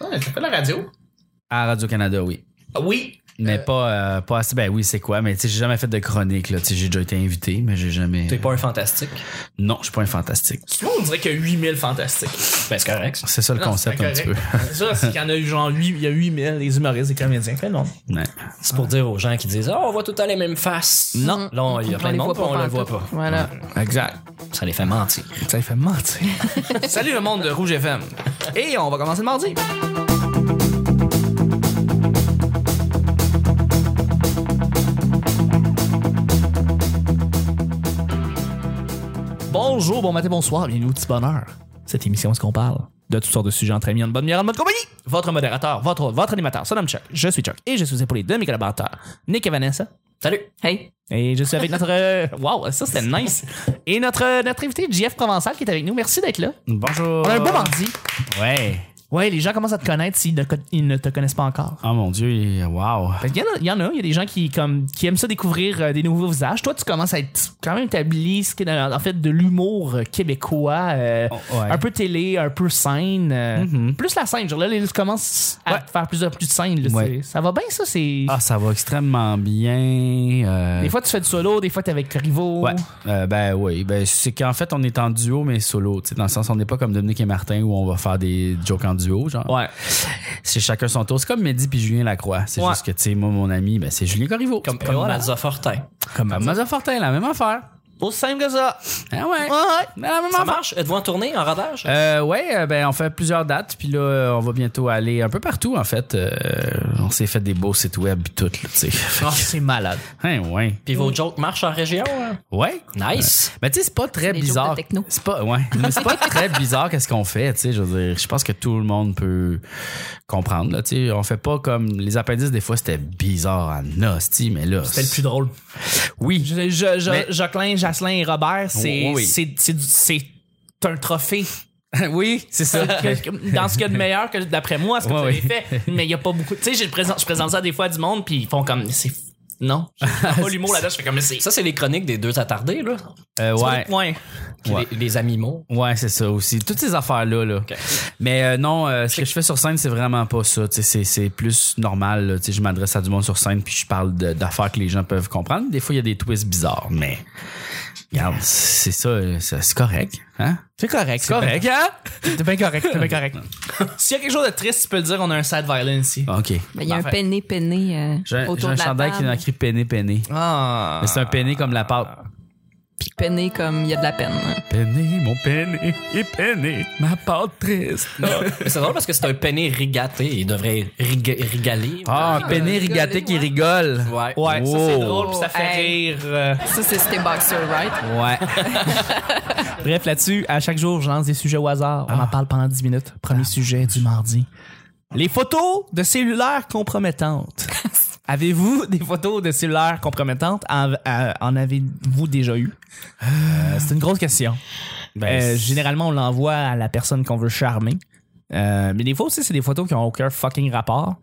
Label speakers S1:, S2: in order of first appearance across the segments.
S1: Ouais, t'as Ah, fait de la radio?
S2: À Radio-Canada, oui.
S1: Ah Oui.
S2: Mais pas, euh, pas assez. Ben oui, c'est quoi? Mais tu sais, j'ai jamais fait de chronique, là. Tu sais, j'ai déjà été invité, mais j'ai jamais.
S3: T'es pas un fantastique.
S2: Non, je suis pas un fantastique.
S1: Souvent, on dirait qu'il y a 8000 fantastiques.
S3: Ben, c'est correct. ça.
S2: C'est ça le
S1: Non,
S2: concept
S1: c'est
S2: un
S1: pas
S2: petit peu.
S1: correct. C'est ça, c'est qu'il y en a eu genre 8, il y a 8000, les humoristes, les comédiens. Fait non.
S2: Ouais.
S3: C'est pour dire aux gens qui disent, oh, on voit tout le temps les mêmes faces. Non, là, on- il y a
S4: On
S3: plein de
S4: les
S3: monde,
S4: voit
S3: puis on
S4: pas
S3: le voit
S4: pantoute.
S3: pas.
S4: Voilà.
S2: Mm. Exact.
S3: Ça les fait mentir.
S2: Ça fait mentir.
S1: Salut le monde de Rouge FM. Et on va commencer le mardi.
S4: Bonjour, bon matin, bonsoir, bienvenue au petit bonheur. Cette émission, où est-ce qu'on parle de toutes sortes de sujets entre amis, en bonne manière, en bonne compagnie. Votre modérateur, votre, votre animateur, son nom Chuck. Je suis Chuck et je suis épaulé de mes collaborateurs, Nick et Vanessa.
S3: Salut.
S4: Hey. Et je suis avec notre. Waouh, ça c'était nice. Et notre, notre invité, JF Provençal, qui est avec nous. Merci d'être là.
S2: Bonjour.
S4: On a un beau mardi.
S2: Ouais.
S4: Ouais, les gens commencent à te connaître s'ils ne, co- ils ne te connaissent pas encore.
S2: Oh mon Dieu, il- wow.
S4: Parce qu'il y en a- Il y, en a, il y a des gens qui, comme, qui aiment ça découvrir euh, des nouveaux visages. Toi, tu commences à être quand même établi, ce qui est dans- en fait de l'humour euh, québécois, euh,
S2: Oh, ouais. Mm-hmm.
S4: un peu télé, un peu scène. euh, Plus la scène, genre là, les- tu commences à
S2: Ouais.
S4: faire plus de, plus de scène. là,
S2: Ouais.
S4: c'est- Ça va bien, ça, c'est...
S2: Ah, ça va extrêmement bien. euh,
S4: Des fois, tu fais du solo, des fois, t'es avec Rivo.
S2: Ouais. Euh, ben oui. Ben, c'est qu'en fait, on est en duo, mais solo. tu sais, Dans le sens, on n'est pas comme Dominique et Martin où on va faire des jokes en duo. Genre.
S4: Ouais.
S2: C'est chacun son tour. C'est comme Mehdi puis Julien Lacroix. C'est
S4: Ouais. euh,
S2: juste que, tu sais, moi, mon ami, ben, c'est Julien Corriveau.
S3: Comme,
S2: C'est
S3: comme
S2: voilà.
S3: Mazza Fortin.
S2: Comme Mazza Fortin, la même affaire.
S4: Aussi simple que ça.
S2: Ah ouais.
S4: Ouais, ouais.
S2: Ben, La même
S3: Ça
S2: affaire.
S3: marche? Êtes-vous en tournée, en rodage?
S2: Euh, ouais, euh, ben on fait plusieurs dates, puis là euh, on va bientôt aller un peu partout en fait. Euh, on s'est fait des beaux sites web puis tout, là, tu sais. Fait
S4: Oh, c'est malade.
S2: que, hein, ouais,
S3: Puis vos jokes marchent en région? hein?
S2: ouais.
S3: Nice.
S2: Mais tu sais, c'est pas très
S4: des
S2: bizarre.
S4: jokes de techno.
S2: C'est pas, ouais. Mais c'est pas très bizarre qu'est-ce qu'on fait, tu sais. Je veux dire, je pense que tout le monde peut comprendre, là, tu sais. On fait pas comme les appendices, des fois, c'était bizarre en hostie, mais là.
S4: C'était le plus drôle.
S2: Oui.
S4: Je, je, je-
S2: Mais-
S4: Jacqueline, Jocelyn et Robert, c'est
S2: Oui, oui.
S4: c'est- c'est du- c'est un trophée.
S2: oui, c'est ça. Euh,
S4: Que- que- dans ce qu'il y a de meilleur que d'après moi, ce que
S2: Ouais,
S4: vous avez
S2: ouais.
S4: fait. Mais il n'y a pas beaucoup. Tu sais, je, le présente- je présente ça des fois à du monde, puis ils font comme. c'est Non. Je comprends pas l'humour là-dedans, je fais comme. C'est.
S3: Ça, c'est les chroniques des deux attardés, là.
S2: Euh, ouais.
S4: Ouais.
S3: Puis
S2: Ouais.
S3: Les, les animaux.
S2: Ouais, c'est ça aussi. Toutes ces affaires-là. Là. Mais euh, non, euh, ce que je fais sur scène, c'est vraiment pas ça. Tu sais, C'est c'est plus normal. là. Tu sais, Je m'adresse à du monde sur scène puis je parle de- d'affaires que les gens peuvent comprendre. Des fois, il y a des twists bizarres, mais regarde, c'est ça. euh, C'est c'est correct. Hein?
S4: C'est correct. C'est
S2: Correct, hein?
S4: T'es bien correct. T'es bien correct. S'il y a quelque chose de triste, tu peux le dire, on a un sad violin ici.
S2: OK.
S5: Ben, il y a un
S4: Parfait.
S5: penné penné euh,
S2: J'ai un, j'ai
S5: autour
S2: un
S5: de la
S2: chandail qui
S5: table.
S2: est écrit péné, péné.
S4: Ah.
S2: Mais c'est un péné comme la pâte.
S5: Puis penné comme il y a de la peine. hein.
S2: Péné, mon péné, et péné, ma pâte triste.
S3: Mais c'est drôle parce que c'est un penné rigaté. Il devrait riga- rigaler.
S2: Ah, un
S5: Ouais,
S2: péné
S5: ouais.
S2: rigaté qui rigole.
S3: Ouais.
S4: Ouais, ça c'est
S2: Wow.
S4: drôle, puis ça fait
S5: Hey.
S4: rire. euh.
S5: Ça, c'est c'était Boxer, right?
S2: Ouais.
S4: Bref, là-dessus, à chaque jour, je lance des sujets au hasard.
S2: Ah.
S4: On en parle pendant 10 minutes. Premier sujet du mardi. Les photos de cellulaires compromettantes. Avez-vous des photos de cellulaires compromettantes? En, à- en avez-vous déjà eu? Euh, c'est une grosse question.
S2: Ben,
S4: Euh, généralement, on l'envoie à la personne qu'on veut charmer. Euh, mais des fois aussi, c'est des photos qui n'ont aucun fucking rapport.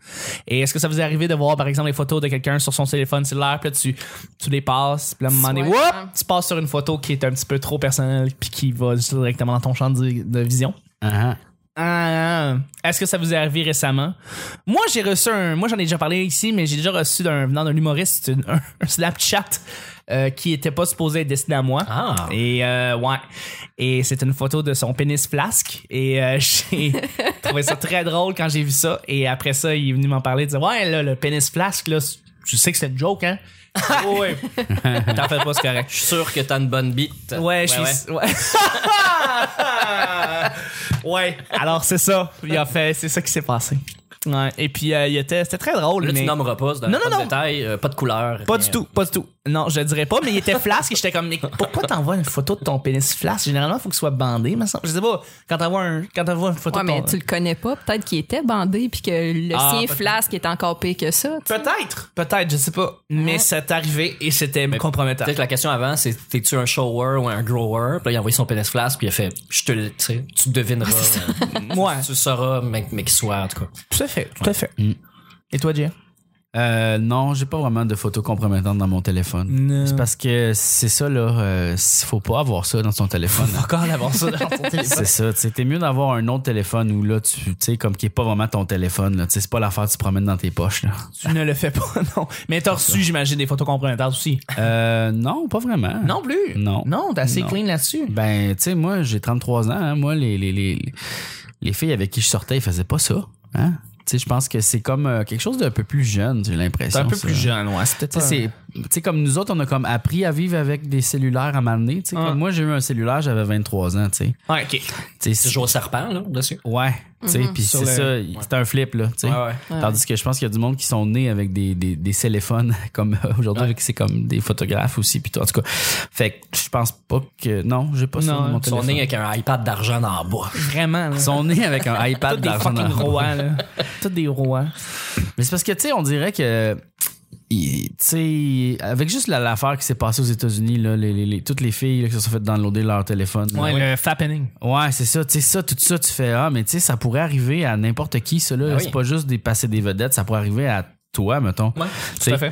S4: Et est-ce que ça vous est arrivé de voir, par exemple, les photos de quelqu'un sur son téléphone cellulaire, puis là, tu, tu les passes, puis là, à un moment donné,
S5: Ouais.
S4: whoop, tu passes sur une photo qui est un petit peu trop personnelle, puis qui va directement dans ton champ de, de vision.
S2: ah,
S4: Ah, est-ce que ça vous est arrivé récemment? Moi, j'ai reçu un. Moi, j'en ai déjà parlé ici, mais j'ai déjà reçu d'un venant d'un humoriste une- un, un Snapchat euh, qui était pas supposé être destiné à moi.
S3: Ah.
S4: Et euh, ouais. Et c'est une photo de son pénis flasque. Et euh, j'ai trouvé ça très drôle quand j'ai vu ça. Et après ça, il est venu m'en parler, dire Ouais, là, le pénis flasque, là, c- tu sais que c'est une joke, hein? ouais. T'en fais pas, c'est correct.
S3: Ah. Je suis sûr que t'as une bonne bite.
S4: Ouais, je suis. Ouais. Ouais. Alors, c'est ça. Il a fait, c'est ça qui s'est passé. Ouais. Et puis, euh, il était, c'était très drôle.
S3: Là,
S4: mais...
S3: tu nommeras pas, c'est dans-
S4: Non, non,
S3: pas de
S4: non.
S3: détail, euh, pas de couleur.
S4: Pas
S3: rien.
S4: du tout, pas du tout. Non, je le dirais pas, mais il était flasque et j'étais comme, mais pourquoi t'envoies une photo de ton pénis flasque? Généralement, il faut qu'il soit bandé, me semble. Je sais pas, quand t'envoies un, quand t'envoies une photo
S5: Ouais,
S4: de
S5: mais
S4: ton-
S5: tu le connais pas. Peut-être qu'il était bandé puis que le
S4: Ah,
S5: sien
S4: peut-être.
S5: flasque est encore pire que ça. tu sais.
S4: Peut-être, peut-être, je sais pas. Mais
S5: Ouais.
S4: c'est arrivé et c'était compromettant.
S3: Peut-être que la question avant, c'est t'es-tu un shower ou un grower? Puis là, il a envoyé son pénis flasque, puis il a fait Je te le. Tu sais, tu devineras.
S4: Ah,
S3: euh,
S4: Ouais,
S3: tu le sauras, mais, mais qu'il soit, en tout cas.
S2: Mm.
S4: tout à fait, tout à fait. Et toi, Jay?
S2: Euh, non, j'ai pas vraiment de photos compromettantes dans mon téléphone.
S4: Non.
S2: C'est parce que c'est ça, là. euh, s- faut pas avoir ça dans son téléphone.
S4: Encore l'avoir ça dans ton téléphone.
S2: c'est ça. tu sais, T'es mieux d'avoir un autre téléphone où, là, tu tu sais, comme qui est pas vraiment ton téléphone, là. Tu sais, C'est pas l'affaire que tu promènes dans tes poches, là.
S4: tu ne le fais pas, non. Mais t'as reçu, j'imagine, des photos compromettantes aussi.
S2: Euh, non, pas vraiment.
S4: Non plus.
S2: Non.
S4: Non, t'es assez
S2: Non.
S4: clean là-dessus.
S2: Ben, tu sais, moi, j'ai 33 ans. hein. Moi, les, les, les, les filles avec qui je sortais, ils faisaient pas ça. Hein? Tu sais, je pense que c'est comme euh, quelque chose d'un peu plus jeune, j'ai l'impression. ça.
S4: jeune, ouais. C'est
S2: Tu sais, c'est- tu sais, comme nous autres, on a comme appris à vivre avec des cellulaires à m'amener. Tu sais,
S4: Ah.
S2: comme moi, j'ai eu un cellulaire, j'avais 23 ans, tu sais.
S4: Ouais, ok.
S2: Tu sais.
S3: Tu
S2: c'est-
S3: joues au serpent, là, dessus.
S2: Ouais, tu sais, puis
S4: Sur
S2: c'est
S4: le-
S2: ça, c'était un flip, là, tu sais.
S4: Ouais, ouais.
S2: Tandis que je pense qu'il y a du monde qui sont nés avec des, des, des téléphones, comme euh, aujourd'hui, avec- c'est comme des photographes aussi, puis tout. En tout cas, fait que je pense pas que. Non, j'ai pas
S4: Non,
S2: ça dans mon
S4: ils
S3: Ils sont
S2: téléphone.
S3: nés avec un iPad d'argent dans la bouche.
S4: Vraiment, là.
S2: Ils sont nés avec un
S4: Tous
S2: iPad
S4: des
S2: d'argent dans
S4: fucking
S2: leur-
S4: rois, là. Tous des rois.
S2: Mais c'est parce que, tu sais, on dirait que. il- Tu sais, avec juste la- l'affaire qui s'est passée aux États-Unis, là, les, les- les- toutes les filles là, qui se sont faites downloader leur téléphone. là.
S4: Ouais, le fappening.
S2: Ouais, c'est ça, tu sais, ça, tout ça, tu fais, ah, mais tu sais, ça pourrait arriver à n'importe qui, ça, là.
S3: Ah oui.
S2: C'est pas juste des passer des vedettes, ça pourrait arriver à toi, mettons.
S3: Ouais,
S2: Tu sais,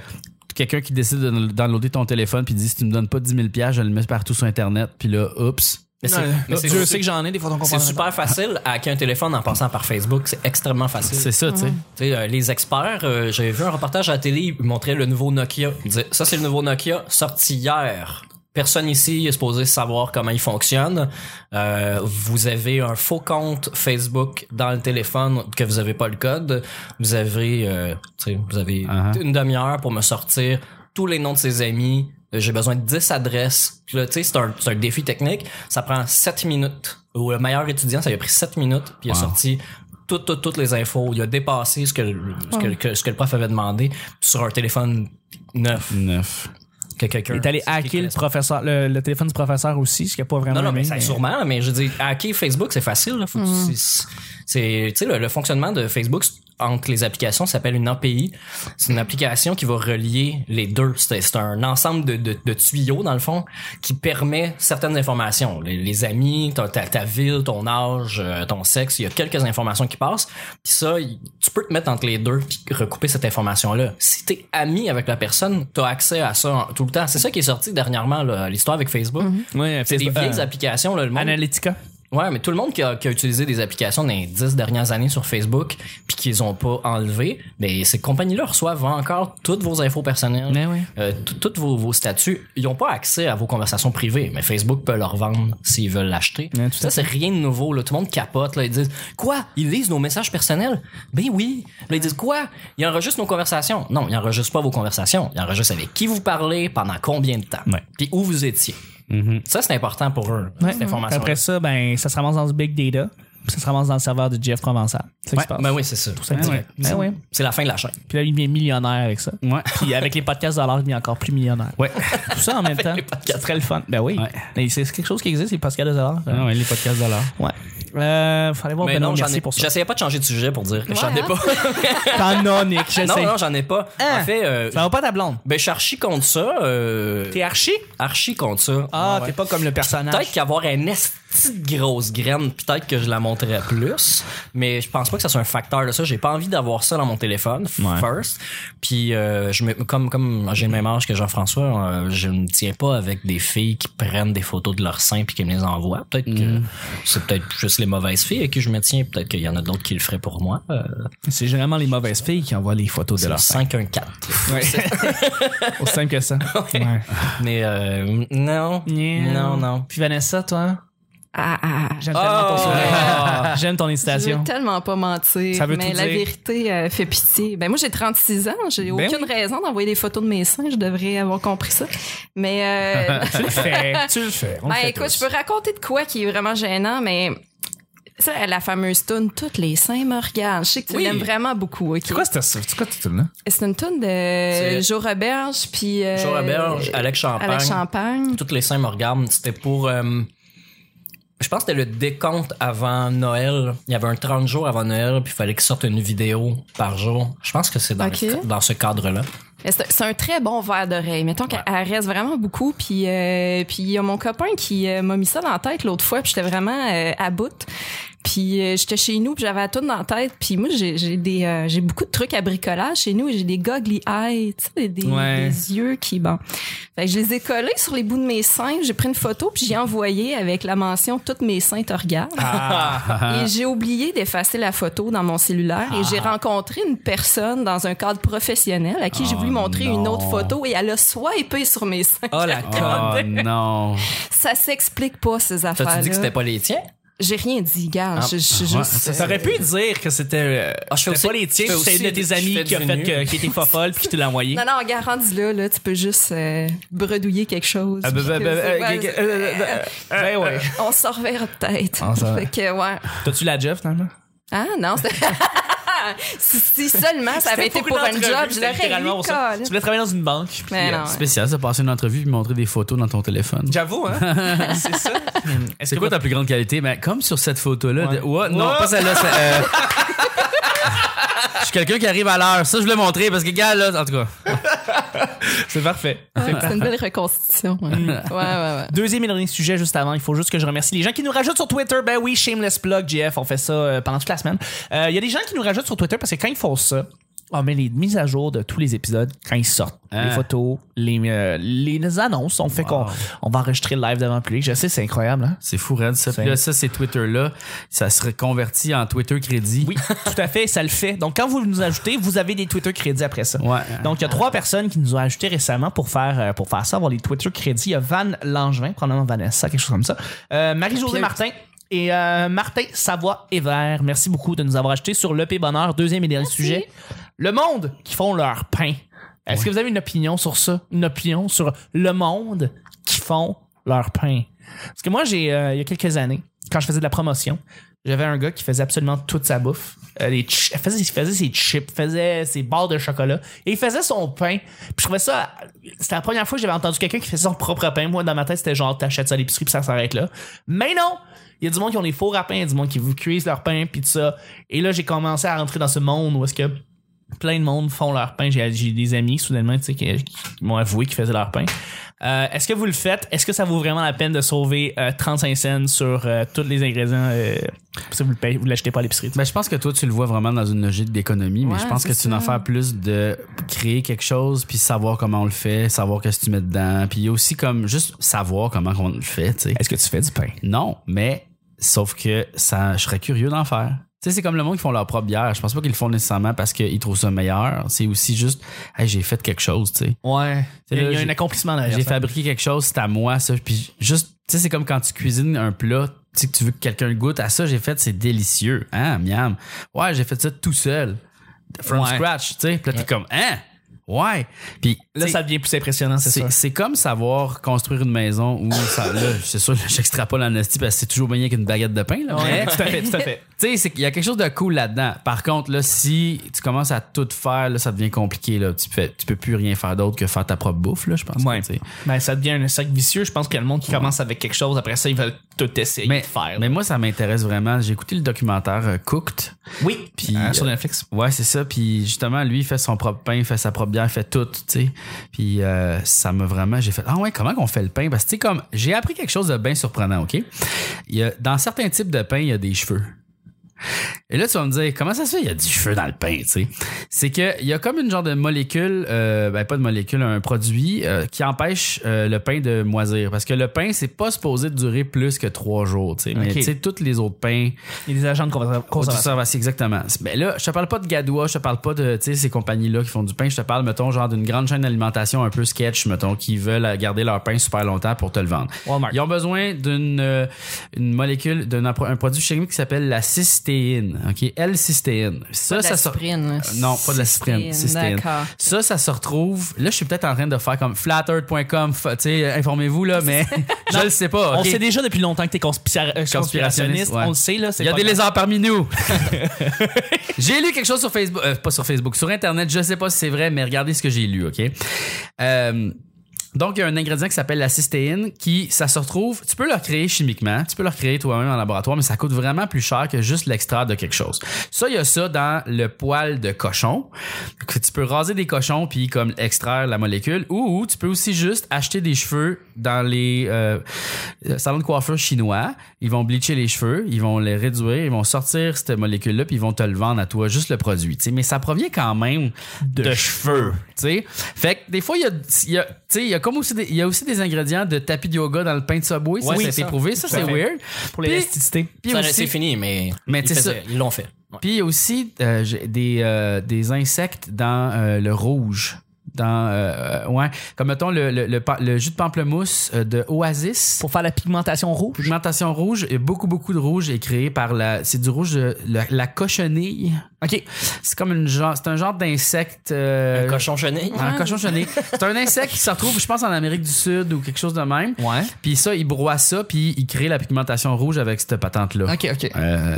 S2: Quelqu'un qui décide de downloader ton téléphone puis dit, si tu me donnes pas 10 000 je le mets partout sur Internet, puis là, oups.
S3: Mais c'est- mais c'est-
S4: je sais que j'en ai des photos
S3: C'est
S4: compromettantes.
S3: super facile à hacker un téléphone en passant par Facebook. C'est extrêmement facile.
S2: C'est ça, tu sais.
S3: Tu sais, euh, les experts, euh, j'avais vu un reportage à la télé, ils montraient le nouveau Nokia. Ils disaient, ça, c'est le nouveau Nokia sorti hier. Personne ici est supposé savoir comment il fonctionne. Euh, vous avez un faux compte Facebook dans le téléphone que vous avez pas le code. Vous avez, euh, tu sais, vous avez
S2: Uh-huh.
S3: une demi-heure pour me sortir tous les noms de ses amis. Euh, J'ai besoin de 10 adresses. Puis là, tu sais, c'est un, c'est un défi technique. Ça prend 7 minutes. Ou le meilleur étudiant, ça lui a pris 7 minutes, puis il a
S2: Wow.
S3: sorti toutes, toutes, toutes les infos. Il a dépassé ce que, le- ce que, que- ce que le prof avait demandé sur un téléphone neuf
S2: Neuf.
S3: que quelqu'un.
S4: Il est allé
S3: qui
S4: hacker le,
S3: connaisse pas.
S4: professeur, le, le téléphone du professeur aussi, ce qui n'a pas vraiment.
S3: Non, non, mais
S4: aimé,
S3: ça, sûrement, mais je dis, hacker Facebook, c'est facile. là. Faut- c'est- C'est, tu sais, le, le fonctionnement de Facebook c'est- entre les applications ça s'appelle une API. C'est une application qui va relier les deux. C'est c'est un ensemble de, de- de tuyaux, dans le fond, qui permet certaines informations. Les, les amis, ta, ta- ta ville, ton âge, euh, ton sexe, il y a quelques informations qui passent. Puis ça, il- tu peux te mettre entre les deux puis recouper cette information-là. Si t'es ami avec la personne, t'as accès à ça en- tout le temps. C'est ça qui est sorti dernièrement, là, l'histoire avec Facebook.
S4: Ouais,
S3: C'est des
S4: Facebook,
S3: vieilles
S4: euh,
S3: applications, là, le monde.
S4: Analytica.
S3: Ouais, mais tout le monde qui a, qui a utilisé des applications dans les dix dernières années sur Facebook, puis qu'ils ont pas enlevé, ben ces compagnies-là reçoivent encore toutes vos infos personnelles,
S4: oui.
S3: euh, tout- toutes vos, vos statuts. Ils ont pas accès à vos conversations privées, mais Facebook peut leur vendre s'ils veulent l'acheter.
S4: Ouais, tout à
S3: Ça, c'est rien de nouveau. Là. Tout le monde capote. Là. Ils disent Quoi Ils lisent nos messages personnels Ben oui. Là, ils disent Quoi Ils enregistrent nos conversations. Non, ils enregistrent pas vos conversations. Ils enregistrent avec qui vous parlez, pendant combien de temps,
S2: Ouais.
S3: puis où vous étiez. Ça, c'est important pour eux, cette information.
S4: Mm-hmm. Après ça, ben, ça se ramasse dans le big data. puis Ça se ramasse dans le serveur de Jeff Provençal. C'est ça qui se passe.
S3: Ben oui, c'est ça.
S4: Ben ouais. Ben ouais.
S3: C'est la fin de la chaîne.
S4: Puis là, il devient millionnaire avec ça.
S2: Ouais.
S4: Puis avec les podcasts dollars, il devient encore plus millionnaire.
S2: Ouais.
S4: Tout ça en même temps. Ça serait le fun. Ben oui.
S2: Ouais.
S4: Mais c'est c'est quelque chose qui existe, les podcasts dollars.
S2: Ah ouais, les podcasts dollars.
S4: Ouais. Euh, fallait voir
S3: Mais
S4: Benoît,
S3: non, j'en
S4: merci
S3: ai
S4: pour ça.
S3: J'essayais pas de changer de sujet pour dire que j'en ai
S5: hein?
S3: pas.
S4: T'en as, Nick, je
S3: non,
S4: sais.
S3: non, j'en ai pas.
S4: Hein?
S3: En fait, euh,
S4: Ça va pas ta blonde.
S3: ben, je suis archi contre ça. euh,
S4: T'es archi?
S3: archi contre ça.
S4: Ah, t'es pas comme le personnage.
S3: Peut-être qu'avoir une esti de grosse graine, peut-être que je la monterais plus, mais je pense pas que ça soit un facteur de ça. J'ai pas envie d'avoir ça dans mon téléphone, f- first. Puis, euh, je me, comme, comme j'ai le même âge que Jean-François, euh, je ne tiens pas avec des filles qui prennent des photos de leurs seins puis qui me les envoient. Peut-être
S4: Mm.
S3: que c'est peut-être juste les mauvaises filles à qui je me tiens. Peut-être qu'il y en a d'autres qui le feraient pour moi. Euh,
S4: C'est généralement les mauvaises filles qui envoient les photos de
S3: c'est le
S4: leur
S3: 5-1-4.
S4: Ouais. Aussi simple que ça. Ouais.
S3: Mais, euh, non. Non, non.
S4: Puis Vanessa, toi,
S5: Ah, ah, ah.
S4: j'aime tellement ton
S1: Ah!
S4: sourire. J'aime ton
S5: Je
S4: hésitation.
S5: veux tellement pas mentir,
S4: Ça veut
S5: mais
S4: tout
S5: la
S4: dire.
S5: vérité euh, fait pitié. Ben moi j'ai 36 ans, j'ai
S4: Ben
S5: aucune raison d'envoyer des photos de mes seins, je devrais avoir compris ça. Mais euh,
S4: Tu le fais, tu le fais. On le
S5: ben
S4: fait
S5: écoute,
S4: tous.
S5: je peux raconter de quoi qui est vraiment gênant, mais ça, la fameuse tune toutes les seins me regardent. Je sais que tu
S4: Oui.
S5: l'aimes vraiment beaucoup. ok?
S4: C'est quoi cette C'est quoi cette tune-là?
S5: C'est une tune de
S3: C'est-
S5: Joe Roberge puis euh,
S3: Joe Roberge, Alex Champagne.
S5: Alex Champagne.
S3: toutes les saints me regardent. C'était pour. euh, je pense que c'était le décompte avant Noël. Il y avait un 30 jours avant Noël, puis il fallait qu'ils sortent une vidéo par jour. Je pense que c'est dans, le
S5: Ok.
S3: ca- dans ce cadre-là.
S5: Mais C'est c'est un très bon verre d'oreille. Mettons qu'elle elle reste vraiment beaucoup. Puis euh, puis il y a mon copain qui euh, m'a mis ça dans la tête l'autre fois. Puis j'étais vraiment euh, à bout. Puis euh, j'étais chez nous, puis j'avais la toune dans la tête. Puis moi, j'ai j'ai des euh, j'ai beaucoup de trucs à bricolage chez nous. J'ai des goggly eyes, tu sais, des,
S2: Ouais.
S5: des yeux qui bon. Fait que je les ai collés sur les bouts de mes seins. J'ai pris une photo puis j'ai envoyé avec la mention toutes mes seins te regardent.
S3: Ah.
S1: Ah.
S5: Et j'ai oublié d'effacer la photo dans mon cellulaire et
S1: Ah.
S5: j'ai rencontré une personne dans un cadre professionnel à qui j'ai
S2: Oh
S5: voulu montrer une
S2: non.
S5: autre photo et elle a swipé sur mes seins.
S3: Oh
S1: Ah.
S3: la con.
S2: Oh non.
S5: Ça s'explique pas ces
S3: T'as-tu
S5: affaires
S3: dit que c'était
S5: là.
S3: pas les tiens?
S5: J'ai rien dit, gars.
S1: Ah,
S5: je, je suis
S2: ouais,
S5: juste euh,
S1: T'aurais pu dire que c'était euh,
S3: Ah, je fais
S1: c'était
S3: aussi-
S1: pas les
S3: je
S1: tiens,
S3: fais
S1: c'est une de
S3: aussi- je
S1: tes amis
S3: fais
S1: qui a
S3: du
S1: fait euh,
S3: nu.
S1: que, qui était pas folle puis qui te l'a envoyé.
S5: euh, Non, non, regarde, rendu là, là, tu peux juste euh, bredouiller quelque chose.
S1: Ah, ben,
S5: puis
S1: ben,
S5: que
S1: ben,
S5: c'est-
S1: euh,
S5: ouais,
S1: que-
S5: c'est-
S1: euh,
S5: euh,
S1: Ben ouais.
S5: on s'en reverra peut-être.
S4: On s'en-
S5: Fait que, ouais.
S4: T'as-tu la Jeff, finalement?
S5: Ah, non, c'est- si, si seulement ça avait
S1: C'était
S5: été
S1: pour
S5: pour
S1: une
S5: un
S1: entrevue,
S5: job, je
S1: c'était
S5: l'aurais
S1: littéralement pour ça.
S5: eu,
S1: Tu
S5: Colin.
S1: voulais travailler dans une banque.
S5: Mais
S3: Ah,
S5: non. ouais.
S2: Spécial, ça passer une entrevue puis montrer des photos dans ton téléphone.
S1: euh, J'avoue, hein? c'est ça. Est-ce
S2: C'est quoi ta plus grande qualité? Ben, comme sur cette photo-là. de- Ouais, non,
S1: Ouais.
S2: pas celle-là. c'est, euh, Je suis quelqu'un qui arrive à l'heure. Ça, je voulais montrer parce que, gars, là, en tout cas.
S4: C'est parfait.
S5: C'est une belle reconstitution. Ouais, ouais, ouais. ouais.
S4: Deuxième et dernier sujet juste avant, il faut juste que je remercie les gens qui nous rajoutent sur Twitter. Ben oui, shameless plug, JF, on fait ça euh, pendant toute la semaine. Euh, Il y a des gens qui nous rajoutent sur Twitter parce que quand ils font ça, on met les mises à jour de tous les épisodes quand ils sortent.
S2: Ah.
S4: Les photos, les, euh, les annonces, on fait qu'on on va enregistrer le live devant le public. Je sais, c'est incroyable. Hein?
S2: C'est fou, Red. Ça, Puis là, ça, c'est Twitter-là. Ça se reconvertit en Twitter crédit.
S4: Oui, tout à fait, ça le fait. Donc quand vous nous ajoutez, vous avez des Twitter crédits après ça.
S2: Ouais.
S4: Donc, il y a trois personnes qui nous ont ajouté récemment pour faire, euh, pour faire ça, avoir les Twitter crédits. Il y a Van Langevin, probablement Vanessa, quelque chose comme ça. Euh, Marie-Josée
S5: Pierre.
S4: Martin. Et euh, Martin Savoie-Hébert, merci beaucoup de nous avoir ajouté sur l'EP Bonheur, deuxième et dernier sujet. Le monde qui font leur pain. Est-ce que vous avez une opinion sur ça? Une opinion sur le monde qui font leur pain? Parce que moi, j'ai euh, il y a quelques années, quand je faisais de la promotion, j'avais un gars qui faisait absolument toute sa bouffe. Euh, les chi- il faisait, il faisait ses chips, faisait ses barres de chocolat et il faisait son pain. Puis je trouvais ça. C'était la première fois que j'avais entendu quelqu'un qui faisait son propre pain. Moi, dans ma tête, c'était genre, t'achètes ça à l'épicerie puis ça s'arrête là. Mais non! Il y a du monde qui ont des fours à pain, il y a du monde qui vous cuisent leur pain puis tout ça. Et là, j'ai commencé à rentrer dans ce monde où est-ce que plein de monde font leur pain. J'ai j'ai des amis, soudainement, tu sais, qui, qui m'ont avoué qu'ils faisaient leur pain. Euh, Est-ce que vous le faites? Est-ce que ça vaut vraiment la peine de sauver euh, 35 cents sur euh, tous les ingrédients euh, si vous le payez- vous l'achetez pas à l'épicerie?
S2: Ben, je pense que toi, tu le vois vraiment dans une logique d'économie, mais
S5: Ouais,
S2: je pense que
S5: c'est
S2: c'est une
S5: ça.
S2: affaire plus de créer quelque chose, puis savoir comment on le fait, savoir qu'est-ce que tu mets dedans, puis aussi comme juste savoir comment on le fait, tu sais.
S4: Est-ce que tu fais du pain?
S2: Non, mais sauf que ça, je serais curieux d'en faire. Tu sais, c'est comme le monde qui font leur propre bière. Je pense pas qu'ils le font nécessairement parce qu'ils trouvent ça meilleur. C'est aussi juste, hey, j'ai fait quelque chose, tu sais.
S4: Ouais. Il y a,
S2: Là,
S4: il y a un
S2: j'ai-
S4: accomplissement derrière
S2: J'ai
S4: ça.
S2: fabriqué quelque chose, c'est à moi, ça. Puis juste, tu sais, c'est comme quand tu cuisines un plat, tu sais, que tu veux que quelqu'un le goûte. À ça, j'ai fait, c'est délicieux. Hein, miam. Ouais, j'ai fait ça tout seul. From
S4: Ouais.
S2: scratch, tu sais. Puis là, t'es comme, hein? Ouais. Puis
S4: Là,
S2: tu sais,
S4: ça devient plus impressionnant, c'est ça.
S2: c'est c'est comme savoir construire une maison où ça, là, c'est sûr, là, j'extrapole en esti parce que c'est toujours bien qu'une baguette de pain, là.
S4: Ouais,
S2: mais-
S4: tout à fait, tout à fait.
S2: tu sais, c'est qu'il y a quelque chose de cool là-dedans. Par contre, là, si tu commences à tout faire, là, ça devient compliqué. Là. Tu, fais, tu peux plus rien faire d'autre que faire ta propre bouffe, là, je pense.
S4: Ouais.
S2: tu sais.
S4: Ben, ça devient un sac vicieux. Je pense que le monde qui commence avec quelque chose, après ça, ils veulent tout essayer
S2: Mais,
S4: de faire.
S2: mais moi, ça m'intéresse vraiment. J'ai écouté le documentaire euh, Cooked.
S4: oui,
S2: Puis,
S4: Hein,
S2: euh,
S4: sur Netflix.
S2: Ouais, c'est ça. Puis justement, lui, il fait son propre pain, il fait sa propre bière, il fait tout, tu sais. Puis euh, ça m'a vraiment... J'ai fait, ah ouais, comment qu'on fait le pain? Parce que, tu sais, comme... J'ai appris quelque chose de bien surprenant, OK? Il y a, dans certains types de pain, il y a des cheveux. Et là, tu vas me dire, comment ça se fait, il y a du cheveu dans le pain, tu sais? C'est qu'il y a comme une genre de molécule, euh, ben pas de molécule, un produit euh, qui empêche euh, le pain de moisir. Parce que le pain, c'est pas supposé durer plus que trois jours, tu sais. Mais
S4: Ok.
S2: tu sais, tous les autres pains,
S4: Il y a des agents de conserva-
S2: du
S4: conservation.
S2: Sarvassi, exactement. Mais là, je te parle pas de Gadoua, je te parle pas de tu sais, ces compagnies-là qui font du pain. Je te parle, mettons, genre d'une grande chaîne d'alimentation un peu sketch, mettons, qui veulent euh, garder leur pain super longtemps pour te le vendre.
S4: Walmart.
S2: Ils ont besoin d'une euh, une molécule, d'un appro- un produit chimique qui s'appelle la cystéine. OK? L-cystéine. Ça,
S5: Pas de la
S2: ça sort.
S5: cyprine, là.
S2: Euh, Non, pas de la cyprine.
S5: Cyprine,
S2: Cystéine.
S5: d'accord.
S2: Ça, ça se retrouve. Là, je suis peut-être en train de faire comme flatter.com. Tu sais, informez-vous, là, mais je le sais pas.
S4: On
S2: OK?
S4: sait déjà depuis longtemps que t'es conspira- euh,
S2: Conspirationniste,
S4: conspirationniste.
S2: ouais.
S4: On le sait, là. c'est
S2: Il y a
S4: pas
S2: des
S4: grave.
S2: lézards parmi nous. j'ai lu quelque chose sur Facebook, euh, pas sur Facebook, sur Internet. Je sais pas si c'est vrai, mais regardez ce que j'ai lu, ok. Euh, Donc, il y a un ingrédient qui s'appelle la cystéine qui, ça se retrouve, tu peux le créer chimiquement, tu peux le créer toi-même en laboratoire, mais ça coûte vraiment plus cher que juste l'extraire de quelque chose. Ça, il y a ça dans le poil de cochon, que tu peux raser des cochons puis comme extraire la molécule, ou, ou tu peux aussi juste acheter des cheveux dans les euh, salons de coiffure chinois. Ils vont bleacher les cheveux, ils vont les réduire, ils vont sortir cette molécule-là puis ils vont te le vendre à toi, juste le produit. tu sais. Mais ça provient quand même de, cheveux. tu sais. Fait que des fois, il y a, il y a- tu sais, il y a comme aussi des, il y a aussi des ingrédients de tapis de yoga dans le pain de Subway. Ça,
S3: Ouais,
S2: ça a
S3: c'est
S2: été
S3: ça.
S2: prouvé. Ça, c'est
S3: fait.
S2: weird.
S4: Pour l'élasticité.
S2: Puis
S3: Ça,
S2: aussi-
S3: c'est fini, mais,
S2: Mais
S3: ils,
S2: c'est
S3: faisaient-
S2: ça.
S3: ils l'ont fait. Ouais.
S2: Puis il y a aussi euh, j'ai des, euh, des insectes dans euh, le rouge. Dans, euh, euh, ouais, comme mettons le, le, le pa- le jus de pamplemousse euh, de Oasis.
S4: Pour faire la pigmentation rouge.
S2: Pigmentation rouge, et beaucoup, beaucoup de rouge est créé par la. C'est du rouge, de, la, la cochonille.
S4: OK.
S2: C'est comme une genre. C'est un genre d'insecte. euh,
S3: Un cochon chenille.
S2: Un cochon chenille. C'est un insecte qui se retrouve, je pense, en Amérique du Sud ou quelque chose de même.
S4: Ouais.
S2: Puis ça, il broie ça, puis il crée la pigmentation rouge avec cette patente-là.
S4: OK, OK.
S2: Euh,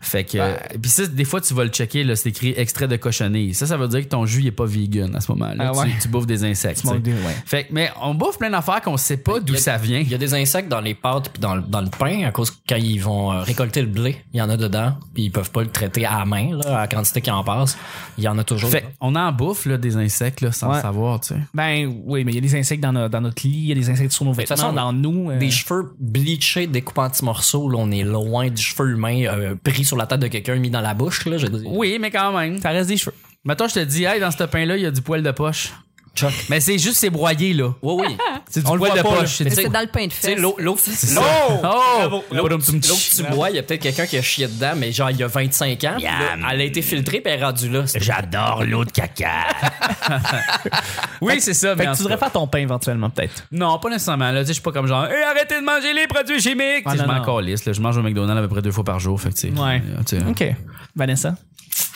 S2: fait que. euh, puis ça, des fois, tu vas le checker, là, c'est écrit extrait de cochonnerie. Ça, ça veut dire que ton jus il est pas vegan à ce
S4: Ah
S2: moment-là.
S4: ouais.
S2: tu, tu bouffes des insectes.
S4: Tu manques
S2: tu sais.
S4: des- ouais.
S2: Fait que, mais on bouffe plein d'affaires qu'on sait pas d'où
S3: y a-
S2: ça vient.
S3: Il y a des insectes dans les pâtes puis dans le, dans le pain à cause que quand ils vont euh, récolter le blé, il y en a dedans puis ils peuvent pas le traiter à la main là, à la quantité qui en passe. Il y en a toujours.
S2: Fait on en bouffe, là, des insectes, là, sans
S4: Ouais.
S2: le savoir, tu sais.
S4: Ben oui, mais il y a des insectes dans, no- dans notre lit, il y a des insectes sur nos vêtements,
S3: façon,
S4: dans nous. euh,
S3: Des cheveux bleachés, découpés en petits morceaux, là, on est loin du cheveu humain euh, pris sur la tête de quelqu'un, mis dans la bouche. Là, je veux dire.
S2: Oui, mais quand même.
S4: ça reste des cheveux.
S2: Mettons, je te dis, hey, dans ce pain-là, il y a du poil de poche.
S3: Chuck.
S2: Mais c'est juste, c'est broyé, là.
S3: Oui, oui.
S2: C'est du
S4: On le
S2: poil
S4: voit
S2: de
S4: pas, là.
S2: poche. C'est
S5: Mais
S2: du-
S5: C'est dans le pain de
S3: tu sais,
S5: fesse.
S3: l'eau, l'eau,
S2: c'est ça. Oh!
S3: L'autre
S2: Bravo.
S3: que tu bois, il y a peut-être quelqu'un qui a chié dedans, mais genre il y a 25 ans. puis là, elle a été filtrée puis elle est rendue là. C'est-
S2: J'adore l'eau de caca. oui, c'est ça.
S4: Fait
S2: mais en
S4: que tu
S2: tout
S4: devrais
S2: cas-
S4: faire ton pain éventuellement, peut-être.
S2: Non, pas nécessairement. Là, tu sais, je suis pas comme genre, Hey, arrêtez de manger les produits chimiques.
S4: Ah,
S2: Tu sais,
S4: non,
S2: je m'en
S4: non.
S2: calisse, là. Je mange au McDonald's à peu près deux fois par jour. Fait que, tu sais,
S4: Ouais.
S2: euh, tu sais,
S4: OK. Vanessa?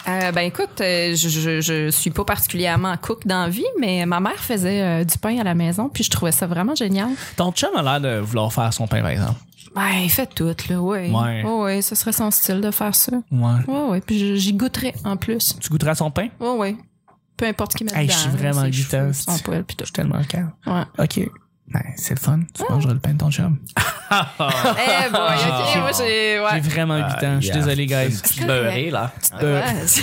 S5: Euh, ben écoute, euh, je, je, je suis pas particulièrement cook dans la vie, mais ma mère faisait euh, du pain à la maison, puis je trouvais ça vraiment génial.
S4: Ton chum a l'air de vouloir faire son pain, par exemple.
S5: Ben, il fait tout, là, ouais.
S4: Ouais.
S5: Ouais, ouais, ce serait son style de faire ça.
S4: Ouais.
S5: Ouais, ouais, puis je- j'y goûterais en plus.
S4: Tu goûteras à son pain?
S5: Ouais, ouais. Peu importe ce qu'il met
S4: Hey,
S5: dedans.
S4: je suis vraiment
S5: ses
S4: gluten,
S5: cheveux,
S4: c'est-
S5: Son poil, puis tout.
S4: tellement calme.
S5: Ouais.
S4: OK. Ben, c'est le fun. Tu mangeras le pain de ton chum.
S5: Eh, boy, ok, moi, j'ai.
S4: J'ai
S5: Ouais.
S4: vraiment 8 ans. Je suis
S2: yeah.
S4: désolé, guys.
S5: C'est
S3: Beurré, là.
S5: Ouais, c'est-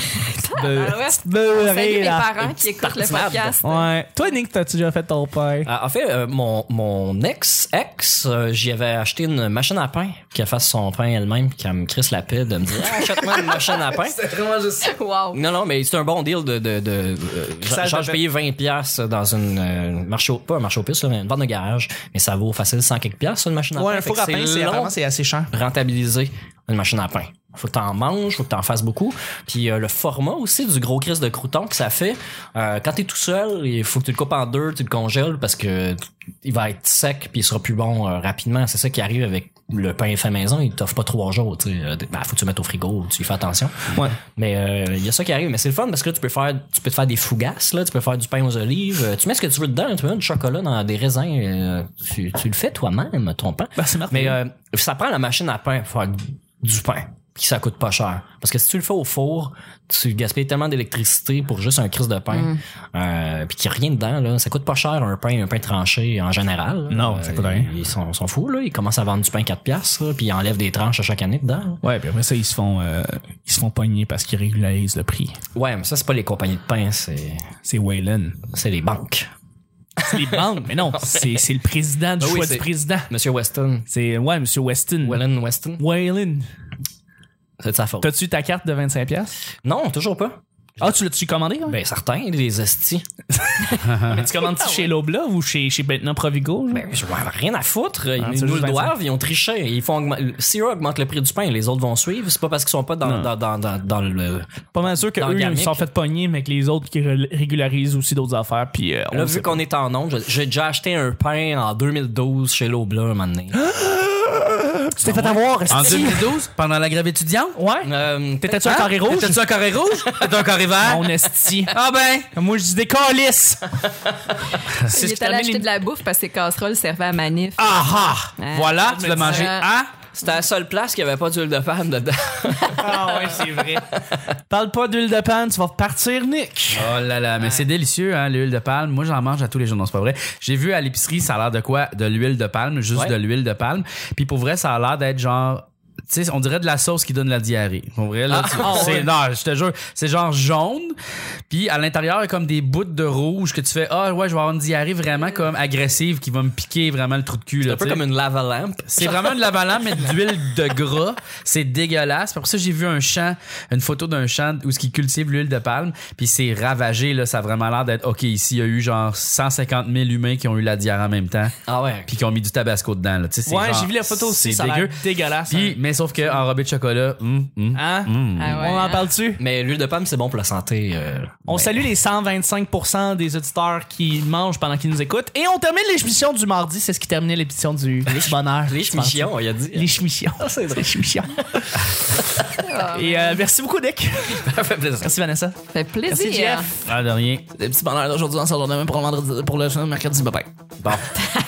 S5: Ah ouais. Salut
S4: Beurré,
S5: les
S4: là.
S5: parents qui écoutent le
S3: tartinade.
S5: podcast.
S4: Ouais. Toi, Nick, t'as-tu déjà fait ton pain?
S3: Euh, en fait, euh, mon, mon ex-ex, euh, j'y avais acheté une machine à pain, qu'elle fasse son pain elle-même, puis qu'elle me crisse la paix de me dire Ah, achète-moi une machine à pain.
S5: Wow.
S3: Non, non, mais c'est un bon deal de. de, de euh, genre, genre, je payais 20$ dans une euh, marché au, pas un marché aux puces, là, mais une vente de garage, mais ça vaut facile 100 quelques piastres, une machine à pain. Fait que long
S4: c'est assez cher.
S3: rentabiliser une machine à pain. Faut que t'en manges, faut que t'en fasses beaucoup. Puis euh, le format aussi du gros crise de crouton que ça fait, euh, quand t'es tout seul, il faut que tu le coupes en deux, tu le congèles parce que il va être sec puis il sera plus bon euh, rapidement. C'est ça qui arrive avec le pain fait maison, il t'offre pas trois jours. Tu sais, Euh, ben, faut que tu le mettes au frigo, tu y fais attention.
S4: Ouais.
S3: Mais euh, il y a ça qui arrive, mais c'est le fun parce que là, tu peux faire, tu peux te faire des fougasses, là, tu peux faire du pain aux olives, euh, tu mets ce que tu veux dedans, tu mets du chocolat dans des raisins, euh, tu, tu le fais toi-même, ton pain.
S4: Ben, c'est marrant.
S3: Mais euh, ça prend la machine à pain pour faire du pain. Puis ça coûte pas cher. Parce que si tu le fais au four, tu gaspilles tellement d'électricité pour juste un crise de pain. Euh, puis qu'il n'y a rien dedans, là. Ça coûte pas cher un pain, un pain tranché en général. là.
S4: Non,
S3: Euh,
S4: ça coûte rien.
S3: Ils sont, sont fous, là. Ils commencent à vendre du pain 4 piastres, là, puis ils enlèvent des tranches à chaque année dedans. là.
S4: Ouais, puis après ça, ils se font, euh, ils se font pogner parce qu'ils régularisent le prix.
S3: Ouais, mais ça, c'est pas les compagnies de pain, c'est,
S4: C'est Wayland.
S3: c'est les banques.
S4: C'est les banques, mais non, c'est c'est le président du
S3: Ah oui,
S4: choix
S3: c'est-
S4: du président.
S3: Monsieur Weston.
S4: C'est, ouais, Monsieur Weston.
S3: Wellen Weston.
S4: Wayland.
S3: C'est de sa faute.
S4: T'as-tu ta carte de 25$? piastres?
S3: Non, toujours pas.
S4: Ah, tu l'as-tu commandé? hein?
S3: Ben, certains, les estis.
S4: Mais tu commandes-tu chez Loblaw ou chez, chez maintenant Provigo? genre?
S3: Je m'en ai rien à foutre. Ils
S4: Ah, c'est
S3: nous
S4: juste
S3: le
S4: 25.
S3: doivent, ils ont triché. Ils font augmenter- si eux augmentent le prix du pain, les autres vont suivre. C'est pas parce qu'ils sont pas dans, dans, dans, dans, dans le.
S4: pas mal sûr
S3: Dans le
S4: qu'eux, ils
S3: gamique.
S4: se sont fait pogner, mais que les autres qui ré- régularisent aussi d'autres affaires. Puis, euh, on
S3: Là,
S4: le
S3: vu
S4: sait
S3: qu'on est en nombre, je- j'ai déjà acheté un pain en 2012 chez Lobla un moment donné.
S4: Ah! pas. Tu t'es fait avoir,
S2: En
S4: esti.
S2: 2012, pendant la grève étudiante,
S4: Ouais?
S3: Euh,
S4: T'étais-tu un carré rouge?
S2: t'as-tu un carré rouge? T'as un carré vert?
S4: Mon esti.
S2: Ah ben!
S4: Moi, je dis des calices!
S5: Il
S4: ce
S5: est
S4: qui
S5: allé
S4: termine
S5: acheter
S4: les-
S5: de la bouffe parce que ses casseroles servaient à manif.
S2: Ah ah!
S5: Ouais,
S2: voilà,
S5: ça
S2: tu
S5: me
S2: l'as mangé
S5: dit-
S2: à
S3: C'était la seule place qui avait pas d'huile de palme dedans.
S4: Ah ouais, c'est vrai. Parle pas d'huile de panne, tu vas partir, Nick.
S2: Oh là là, mais c'est délicieux, hein, l'huile de palme. Moi, j'en mange à tous les jours. Non, c'est pas vrai. J'ai vu à l'épicerie, ça a l'air de quoi? De l'huile de palme, juste
S3: Ouais.
S2: de l'huile de palme. Puis pour vrai, ça a l'air d'être genre. Tu sais, on dirait de la sauce qui donne la diarrhée. Pour vrai,
S3: Ah,
S2: là, tu- c'est, non, je te jure, c'est genre jaune. Puis à l'intérieur, il y a comme des bouts de rouge que tu fais, ah ouais, je vais avoir une diarrhée vraiment comme agressive qui va me piquer vraiment le trou de cul.
S3: C'est
S2: là,
S3: un peu
S2: tu sais.
S3: comme une lava lampe.
S2: C'est vraiment de la valame, mais d'huile de gras. C'est dégueulasse. Pour ça, j'ai vu un champ, une photo d'un champ où ce qui cultive l'huile de palme, puis c'est ravagé, là. Ça a vraiment l'air d'être, OK, ici, il y a eu genre 150 000 humains qui ont eu la diarrhée en même temps,
S3: Ah ouais.
S2: puis qui ont mis du tabasco dedans, là. Tu sais, c'est
S4: Ouais,
S2: genre-
S4: j'ai vu la photo aussi,
S2: C'est
S4: ça a
S2: dégueu.
S4: l'air dégueulasse.
S2: Puis, mais sauf que enrobé de chocolat, hum, hum.
S4: Hein?
S5: Ah ouais,
S4: On en
S5: hein?
S4: parle-tu?
S3: Mais l'huile de palme, c'est bon pour la santé. euh,
S4: On
S3: ben,
S4: salue les 125% des auditeurs qui mangent pendant qu'ils nous écoutent. Et on termine l'émission du mardi. C'est ce qui terminait l'émission du bonheur.
S3: Les
S4: je pense.
S3: chmichions, il a dit.
S4: Les chmichions. C'est vrai. Les chmichions. Et euh, merci beaucoup, Nick.
S3: Ça fait plaisir.
S4: Merci, Vanessa.
S5: Ça fait plaisir.
S4: Merci, Jeff.
S2: Ah, de rien.
S3: Les petits bonheurs d'aujourd'hui, on s'en donne même pour le vendredi, pour le mercredi. Bye bye.
S2: Bon.